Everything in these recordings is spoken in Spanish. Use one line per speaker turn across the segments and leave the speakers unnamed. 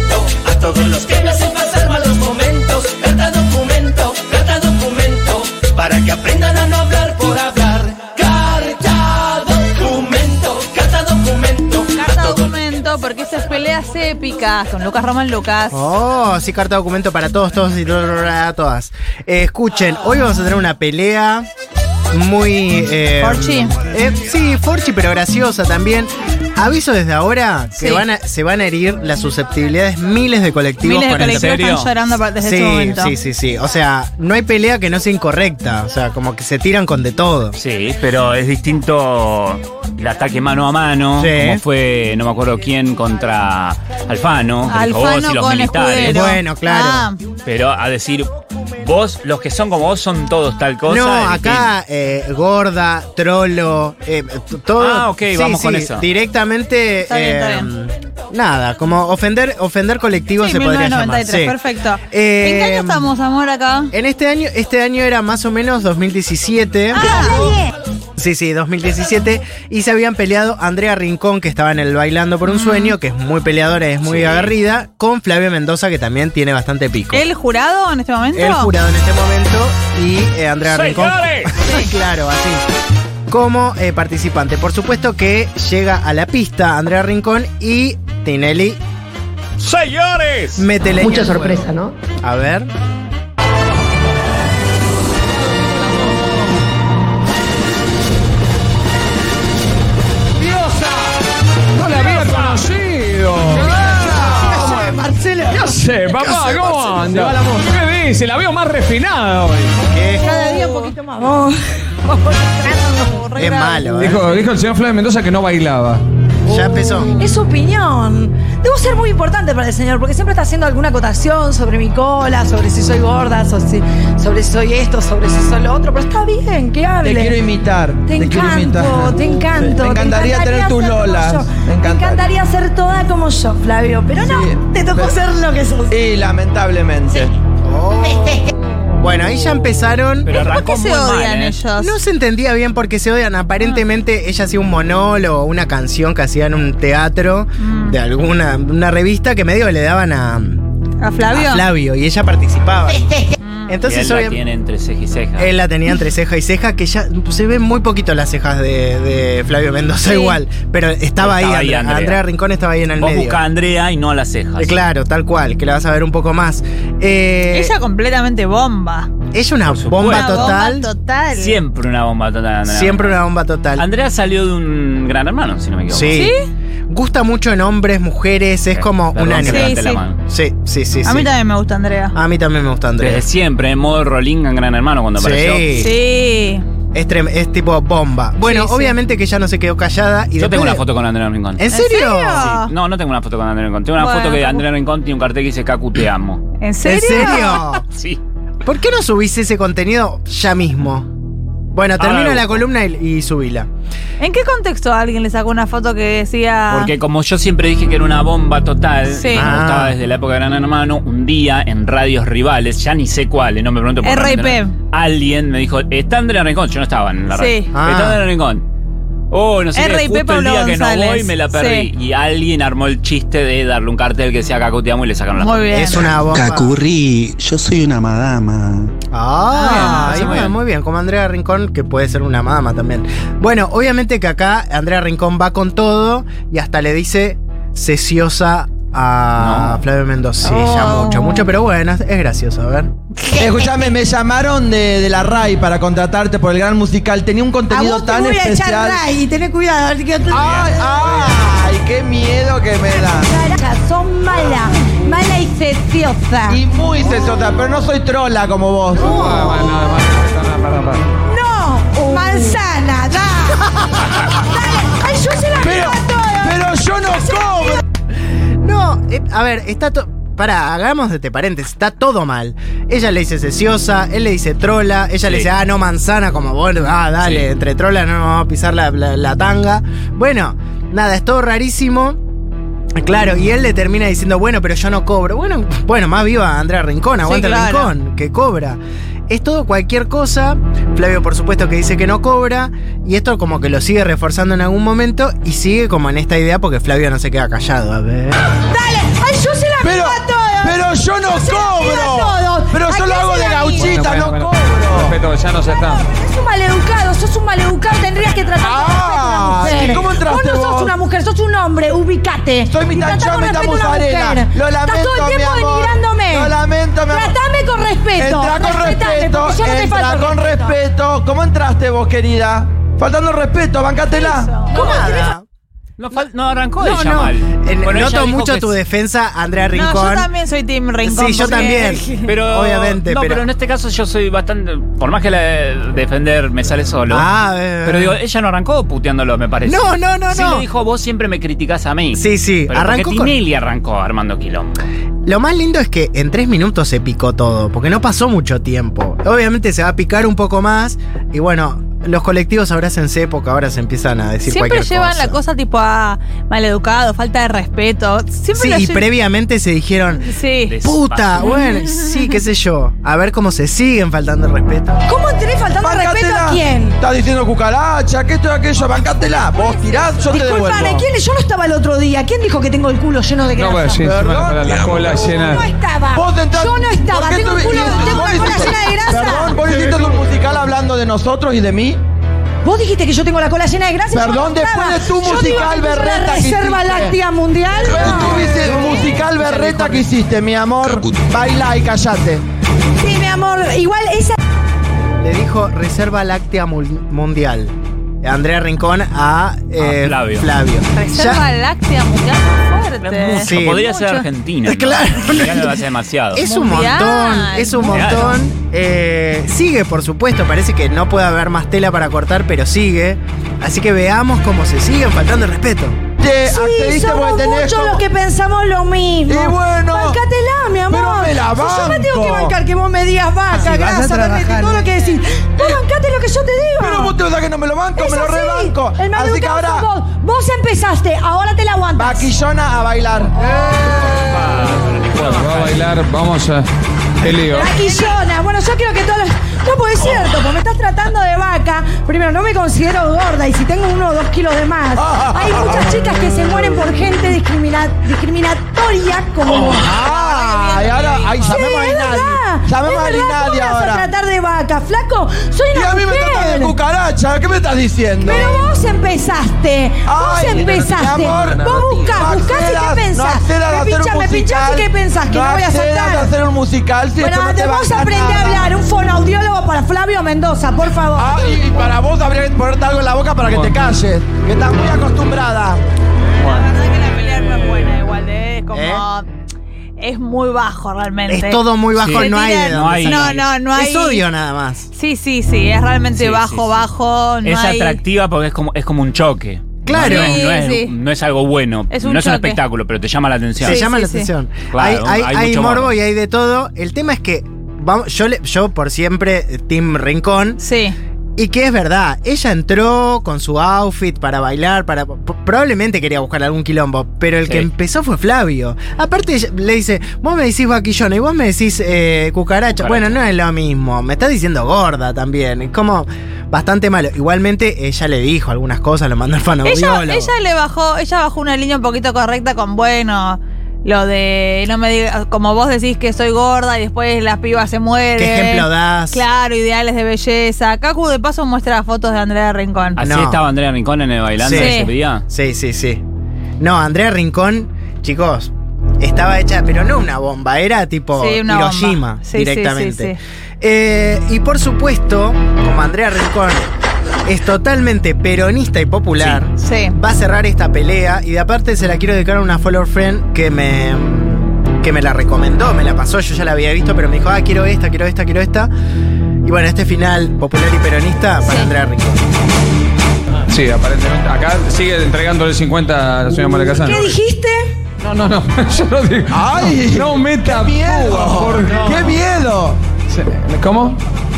momento.
Con los que me hacen pasar malos momentos. Carta documento, carta documento. Para que aprendan a no hablar por hablar. Carta documento, carta documento.
Carta documento, porque esas peleas épicas con Lucas Román Lucas.
Oh, sí, carta documento para todos, todos y todas. Eh, escuchen, hoy vamos a tener una pelea muy... Eh,
Forchi.
eh, sí, Forchi, pero graciosa también. Aviso desde ahora que
Sí.
van a- se van a herir las susceptibilidades miles de colectivos
Miles de
con el
colectivos
serio?
están llorando pa- desde
sí,
este momento.
Sí, sí, sí. O sea, no hay pelea que no sea incorrecta. O sea, como que se tiran con de todo.
Sí, pero es distinto el ataque mano a mano,
Sí.
como fue, no me acuerdo quién, contra Alfano, que dijo
Oh,
vos
Alfano
y los
con
militares.
escudero.
Bueno, claro.
Ah,
Pero a decir, vos, los que son como vos son todos tal cosa.
no,
en
acá eh, gorda, trolo, eh, t- todo.
Ah, ok, vamos con eso.
Directamente. em,
Está bien, está bien.
Nada, como ofender, ofender colectivos
sí,
se podría llamar.
1993,
sí.
perfecto.
Eh,
¿En qué año estamos, amor, acá?
En este año, este año era más o menos 2017.
Ah,
Sí, sí, 2017. Y se habían peleado Andrea Rincón, que estaba en el Bailando
Mm.
por un Sueño, que es muy peleadora, es muy
Sí.
agarrida, con Flavia Mendoza, que también tiene bastante pico.
¿El jurado en este momento?
El jurado en este momento y eh, Andrea Rincón.
¡Señores!
claro, así. Como eh, participante. Por supuesto que llega a la pista Andrea Rincón y Tinelli
fin. ¡Señores!
mete leña
Mucha
al fuego.
sorpresa, ¿no?
A ver.
No la había conocido. ¿Qué hace, papá? ¿Cómo anda? ¿Qué dice? La veo más refinada hoy.
¿Qué?
Cada día un poquito más.
Oh.
Vamos,
Es malo, ¿eh?
Dijo, dijo el señor Flavio Mendoza que no bailaba.
"Oh".
Ya empezó.
Es su opinión. Debo ser muy importante para el señor, porque siempre está haciendo alguna acotación sobre mi cola, sobre si soy gorda, so- si- sobre si soy esto, sobre si soy lo otro. Pero está bien, que hable.
Te quiero imitar.
Te encanto,
quiero imitar.
te encanto.
Me encantaría tener tus
ser como yo.
lolas. Me
Te
encantaría.
encantaría ser toda como yo, Flavio. Pero no,
Sí,
te tocó
pero-
ser lo que sos.
Y lamentablemente.
Bueno, ahí ya empezaron.
Pero
¿Por
arrancó
qué se
muy mal,
odian
¿eh?
ellos?
No se entendía bien por qué se odian.
Ah.
Aparentemente ella hacía un monólogo, una canción que hacía en un teatro
Ah.
de alguna una revista que medio le daban a,
¿A
a
Flavio?
Ah, Flavio y ella participaba.
Y
Entonces
él la
obvia-
tiene entre ceja y ceja.
él la tenía entre ceja y ceja, que ya se ven muy poquito las cejas de, de Flavio Mendoza
Sí.
igual, pero estaba,
Estaba
ahí,
ahí
Andrea,
Andrea.
Andrea Rincón estaba ahí en el
Vos
medio.
busca a Andrea y no a las cejas.
Eh, Claro, tal cual, que la vas a ver un poco más. Eh,
Ella completamente bomba.
ella es una
supuesto.
bomba
Una
total,
bomba total.
Siempre una bomba total. Andrea.
siempre una bomba total.
Andrea salió de un gran hermano, si no me equivoco.
Sí. Gusta mucho en hombres, mujeres, es como
Perdón,
un
que
anime.
Sí.
levanté Eh, la mano.
Sí, sí, sí.
A
sí. Ah,
mí también me gusta Andrea.
A mí también me gusta Andrea.
Desde siempre, en modo Rolinga en Gran Hermano cuando
Sí.
apareció.
Sí.
Es, trem- es tipo bomba. Bueno,
Sí, sí.
obviamente que ya no se quedó callada. Y
Yo
después
tengo una
de-
foto con Andrea Rincón.
¿En serio?
serio?
No, no tengo una foto con Andrea Rincón. Tengo una
Ah. Bueno,
foto que
tampoco-
Andrea Rincón tiene un cartel que dice Cacu te amo.
¿En serio?
¿En serio?
Sí.
¿Por qué no subís ese contenido ya mismo? Bueno,
Ahora
termino
lo
la
busco.
columna y, y subíla.
¿En qué contexto alguien le sacó una foto que decía.
Porque como yo siempre dije que era una bomba total,
Ah. Sí.
me
Ah.
gustaba desde la época de Gran Hermano, un día en radios rivales, ya ni sé cuáles, no me pregunto por
RIP.
realmente no. Alguien me dijo, está Andrea Rincón, yo no estaba en la
Sí.
radio.
Ah.
Está Andrea Rincón. Oh, no sé, qué,
RIP
justo el
Pablo
día que no
González.
voy me la perdí.
Sí.
Y alguien armó el chiste de darle un cartel que decía Cacu te amo y le sacaron la
Muy
foto.
bien.
Es una bomba.
Cacurri, yo soy una madama.
Ah,
Ah,
ahí
sí, muy
va,
bien.
muy bien, como Andrea Rincón, que puede ser una mama también. Bueno, obviamente que acá Andrea Rincón va con todo y hasta le dice ceciosa a
No.
Flavio Mendoza. Sí,
Oh.
ya mucho, mucho, pero bueno, es gracioso, a ver.
Escuchame, Eh, me llamaron de, de la RAI para contratarte por el gran musical. Tenía un
A
contenido
vos te
tan
voy a echar
especial.
ray y tené cuidado. a ver qué otro-
Ay, ay, qué miedo que me da.
Caracha, son mala, mala y ceciosa.
Y muy sesota, pero no soy trola como vos.
Ah,
Oh.
No, manzana, da. Dale, ay, yo se la pego
Pero,
a todos.
pero yo no cobro.
No, eh, a ver, está todo. Pará, hagamos este paréntesis, está todo mal. Ella le dice ceciosa, él le dice trola, ella le
Sí.
dice, ah, no, manzana, como vos, ah, dale,
Sí.
entre trola no nos vamos a pisar la, la- la tanga. Bueno, nada, es todo rarísimo. Claro, y él le termina diciendo, bueno, pero yo no cobro. Bueno, bueno, más viva Andrea Rincón, aguanta el
claro.
Rincón, que cobra. Es todo cualquier cosa. Flavio, por supuesto, que dice que no cobra. Y esto como que lo sigue reforzando en algún momento. Y sigue como en esta idea porque Flavio no se queda callado. A ver.
Dale, ay, yo se la
Pero,
pego a todos.
ya nos está.
Es un maleducado, sos un maleducado, tendrías que tratar con
Ah,
respeto a una mujer.
¿y cómo entraste
vos no sos
vos?
una mujer, sos un hombre, ubicate.
Soy
Y
mitad
tratá
yo,
con respeto
mitad
a una
musarela.
mujer.
Lo lamento,
Estás todo el
mi
tiempo
amor.
denigrándome.
Lo lamento, mi amor.
Tratame con respeto.
Entra con
Respetame,
respeto,
porque yo no te
entra
falto
con respeto. ¿Cómo entraste vos, querida? Faltando el respeto, bancátela.
¿Cómo?
No, fal- no arrancó
No,
ella
no.
mal.
Eh,
Bueno, ella
Noto
dijo
mucho
que
tu
sí.
defensa, Andrea Rincón.
No, yo también soy Team Rincón.
Sí, yo
porque-
también.
Pero,
Obviamente,
no,
pero-
pero... en este caso yo soy bastante. Por más que la de defender me sale solo.
Ah, eh.
Pero digo, ella no arrancó puteándolo, me parece.
No, no, no,
Sí
no.
le dijo, vos siempre me criticás a mí.
Sí, sí,
Pero porque
arrancó con-
Tinelli arrancó armando quilombo.
Lo más lindo es que en tres minutos se picó todo, porque no pasó mucho tiempo. Obviamente se va a picar un poco más y bueno, los colectivos abrácense porque ahora se empiezan a decir
Siempre
cualquier
llevan
cosa.
la cosa tipo a maleducado, falta de respeto. Siempre
Sí,
la
y
lle-
previamente se dijeron,
Sí.
puta, bueno, sí, qué sé yo, a ver cómo se siguen faltando el respeto.
¿Cómo entré faltando al respeto a quién?
Estás diciendo cucaracha, que esto y aquello, bancátela. Vos tirás, yo te
Disculpame,
devuelvo.
¿quién? Yo no estaba el otro día. ¿Quién dijo que tengo el culo lleno de
No,
grasa?
bueno, sí, encima
Perdón,
la, la
mi
cola
amor.
llena.
No estaba.
Vos entrás-
Yo no
¿Por
estaba.
qué
Tengo, un
tuve-
culo, tengo
y- vos
una cola
hiciste-
llena de grasa.
Perdón, vos hiciste un musical hablando de nosotros y de mí.
Vos dijiste que yo tengo la cola llena de grasa. y yo
Perdón,
no estaba.
después de tu
Yo digo
musical
que puso
berreta
La
que
reserva
hiciste.
láctea mundial. No.
Tuviste un musical berreta que hiciste, mi amor. Baila y callate.
Sí, mi amor. Igual eh, esa.
Le dijo Reserva Láctea Mul- Mundial. Andrea Rincón a, eh,
A Ah, Flavio.
Reserva láctea mundial fuerte.
Sí.
Podría ser
Mucho.
Argentina. ¿no?
Claro.
Ya no va a ser demasiado.
Es un
Mundial.
montón, es un
Mundial.
montón. Eh, sigue, por supuesto, parece que no puede haber más tela para cortar, pero sigue. Así que veamos cómo se siguen faltando el respeto.
eh, Te
Sí,
accediste
somos
porque tenés.
muchos los que pensamos lo mismo.
Y bueno.
Bancatela, mi amor.
Pero me la
Si yo me tengo que
banco.
bancar que vos me digas vaca,
vas a
grasa,
trabajar,
perrete, todo lo que decís. Vos bancate lo que yo te digo.
eh. Pero vos te vas que no me lo banco,
Es
me lo
así.
rebanco.
El
Así que
maleducado
ahora,
sos vos. Vos empezaste, ahora te la aguantas.
vaquillona a bailar.
Eh.
Ah,
Va a bailar, vamos a. Qué lío.
Vaquillona. Bueno, yo creo que todos los... No, pues es cierto, porque me estás tratando de vaca. Primero, no me considero gorda y si tengo uno o dos kilos de más. Hay muchas chicas que se mueren por gente discrimina- discriminatoria como vos.
Oh. Ah, y ahora, ay,
Sí,
llamemos a
es verdad.
Inadi. Llamemos
Es
a
verdad,
Inadi
¿cómo me vas a
ahora.
tratar de vaca, flaco? Soy
Y
una
a mí me
mujer.
tratas de cucaracha, ¿qué me estás diciendo?
Pero vos empezaste, vos
Ay,
empezaste.
mi amor,
vos
no
buscás, buscás
accedas-
y qué
No
pensás.
accedas a
me
hacer un
pinchás, me pinchás y
musical.
qué pensás, que no, voy a
accedas
saltar.
a hacer un musical si
bueno,
esto Este, no
de
te
vos
banca
aprendí a
nada.
hablar, un fonoaudiólogo para Flavio Mendoza, por favor.
Ah, y para vos habría que ponerte algo en la boca para que te calles, que estás muy acostumbrada.
La verdad que la pelea no es buena, igual de- es como. Es muy bajo realmente.
¿Eh? Es todo muy bajo,
Se
no hay de
tiran-
dónde
no,
salir.
no, no
Es
hay-
odio nada más.
Sí, sí, sí, es realmente
Sí,
bajo,
sí, sí.
bajo. No
es
hay-
atractiva porque es como, es como un choque.
Claro.
No, es- no es,
Sí, sí.
no es algo bueno.
Es un
no es un
choque.
espectáculo, pero te llama la atención.
Se
Sí,
llama
sí,
la
sí.
atención.
Claro,
hay hay,
hay
hay
mucho
morbo
morbo.
y hay de todo. El tema es que vamos, yo, le- yo por siempre, eh, Team Rincón,
Sí.
Y que es verdad, ella entró con su outfit para bailar, para p- probablemente quería buscar algún quilombo, pero el
Sí.
que empezó fue Flavio. Aparte ella- le dice, vos me decís vaquillona y vos me decís eh, cucaracha.
Cucaracha.
Bueno, no es lo mismo, me está diciendo gorda también, es como bastante malo. Igualmente ella le dijo algunas cosas, lo mandó al
Ella,
fanobiólogo.
ella le bajó, ella bajó una línea un poquito correcta con bueno. Lo de, no me digas, como vos decís que soy gorda y después las pibas se mueren.
¿Qué ejemplo das?
Claro, ideales de belleza. Kaku de paso muestra fotos de Andrea Rincón.
Así
No.
estaba Andrea Rincón en el bailando
Sí.
ese día.
Sí, sí, sí. No, Andrea Rincón, chicos, estaba hecha, pero no una bomba, era tipo
Sí, una
Hiroshima
bomba. Sí,
directamente.
sí, sí,
Eh, y por supuesto, como Andrea Rincón es totalmente peronista y popular,
Sí.
va a cerrar esta pelea y de aparte se la quiero dedicar a una follower friend que me que me la recomendó, me la pasó, yo ya la había visto, pero me dijo, ah, quiero esta, quiero esta, quiero esta. Y bueno, este final popular y peronista para
Sí.
Andrea Rincón.
Sí, aparentemente. Acá sigue entregándole 50 a la señora Malecasano.
¿Qué dijiste?
No, no, no. Yo no digo.
¡Ay!
No meta
¡Qué miedo!
púa, por
¡Qué miedo!
qué- ¿Cómo?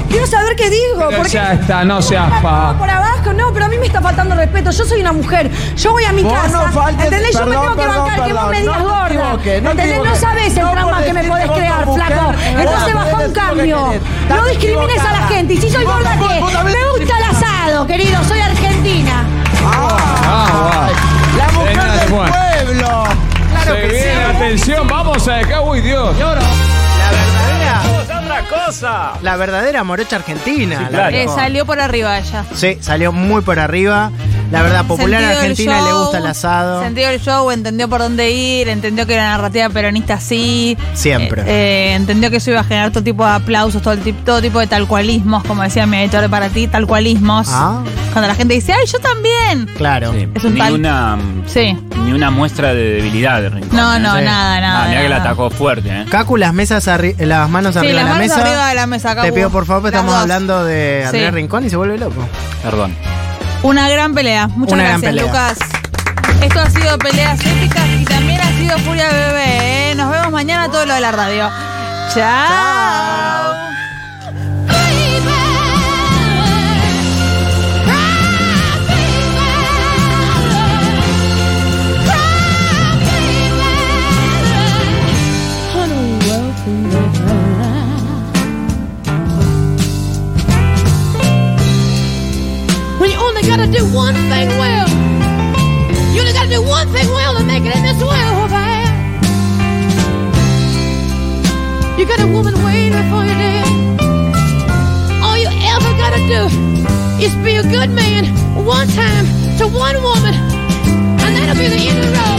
Quiero saber qué digo.
Pero
porque-
ya está, no seas pa-
Por abajo, no, pero a mí me está faltando respeto. Yo soy una mujer. Yo voy a mi
Vos
casa.
no faltes-
¿Entendés? Yo me
perdón,
tengo que
perdón,
bancar que vos
perdón.
me digas
No te
gorda.
equivoques, no te
¿Entendés? No
equivoques.
sabés el
No
drama
por
que me
decirte
podés
vos
crear,
sos mujer,
flaco.
no
Entonces
podés
baja un
decir lo que
cambio.
querés.
No
Estás
discrimines a la
equivocada.
gente. Y si soy
Vos
gorda,
también-
¿qué?
vos también
Me
te
gusta el asado, querido. Soy argentina.
Ah,
¡La mujer
Venga,
del
Juan.
pueblo!
eh, va. Se viene, atención, vamos a acá, uy Dios.
La verdadera
cosa!
La verdadera morocha argentina.
Sí,
la
claro.
mejor.
Eh, salió por arriba ella.
Sí, salió muy por arriba. La verdad, popular
Sentido del
argentina le
show,
gusta el asado.
Sentido el show, entendió por dónde ir, entendió que la narrativa peronista sí.
Siempre.
Eh, eh, entendió que eso iba a generar todo tipo de aplausos, todo, el tip- todo tipo de talcualismos, como decía mi editor para ti, talcualismos.
Ah.
Cuando la gente dice, ¡ay, yo también!
Claro.
Es un
Este, ni
tal-
una mm,
Sí.
ni una muestra de debilidad de Rincón.
No,
¿eh?
no,
Sí.
nada, nada.
Ah, mirá que la
nada.
atacó fuerte, ¿eh?
Cacu, las mesas arri- las manos
Sí,
arriba
las
de la
manos
mesa.
arriba de la mesa,
Te
Cacu.
pido por favor, porque
Las
estamos
dos.
hablando de
Sí.
Andrés Rincón y se vuelve loco.
Perdón.
Una gran pelea. Muchas
Una gran
gracias,
pelea.
Lucas. Esto ha sido Peleas Épicas y también ha sido Furia Bebé. ¿eh? Nos vemos mañana todo lo de la radio. Chao.
When you only gotta do one thing well, you only gotta do one thing well to make it in this world, babe. You got a woman waiting for you there. All you ever gotta do is be a good man one time to one woman, and that'll be the end of the road.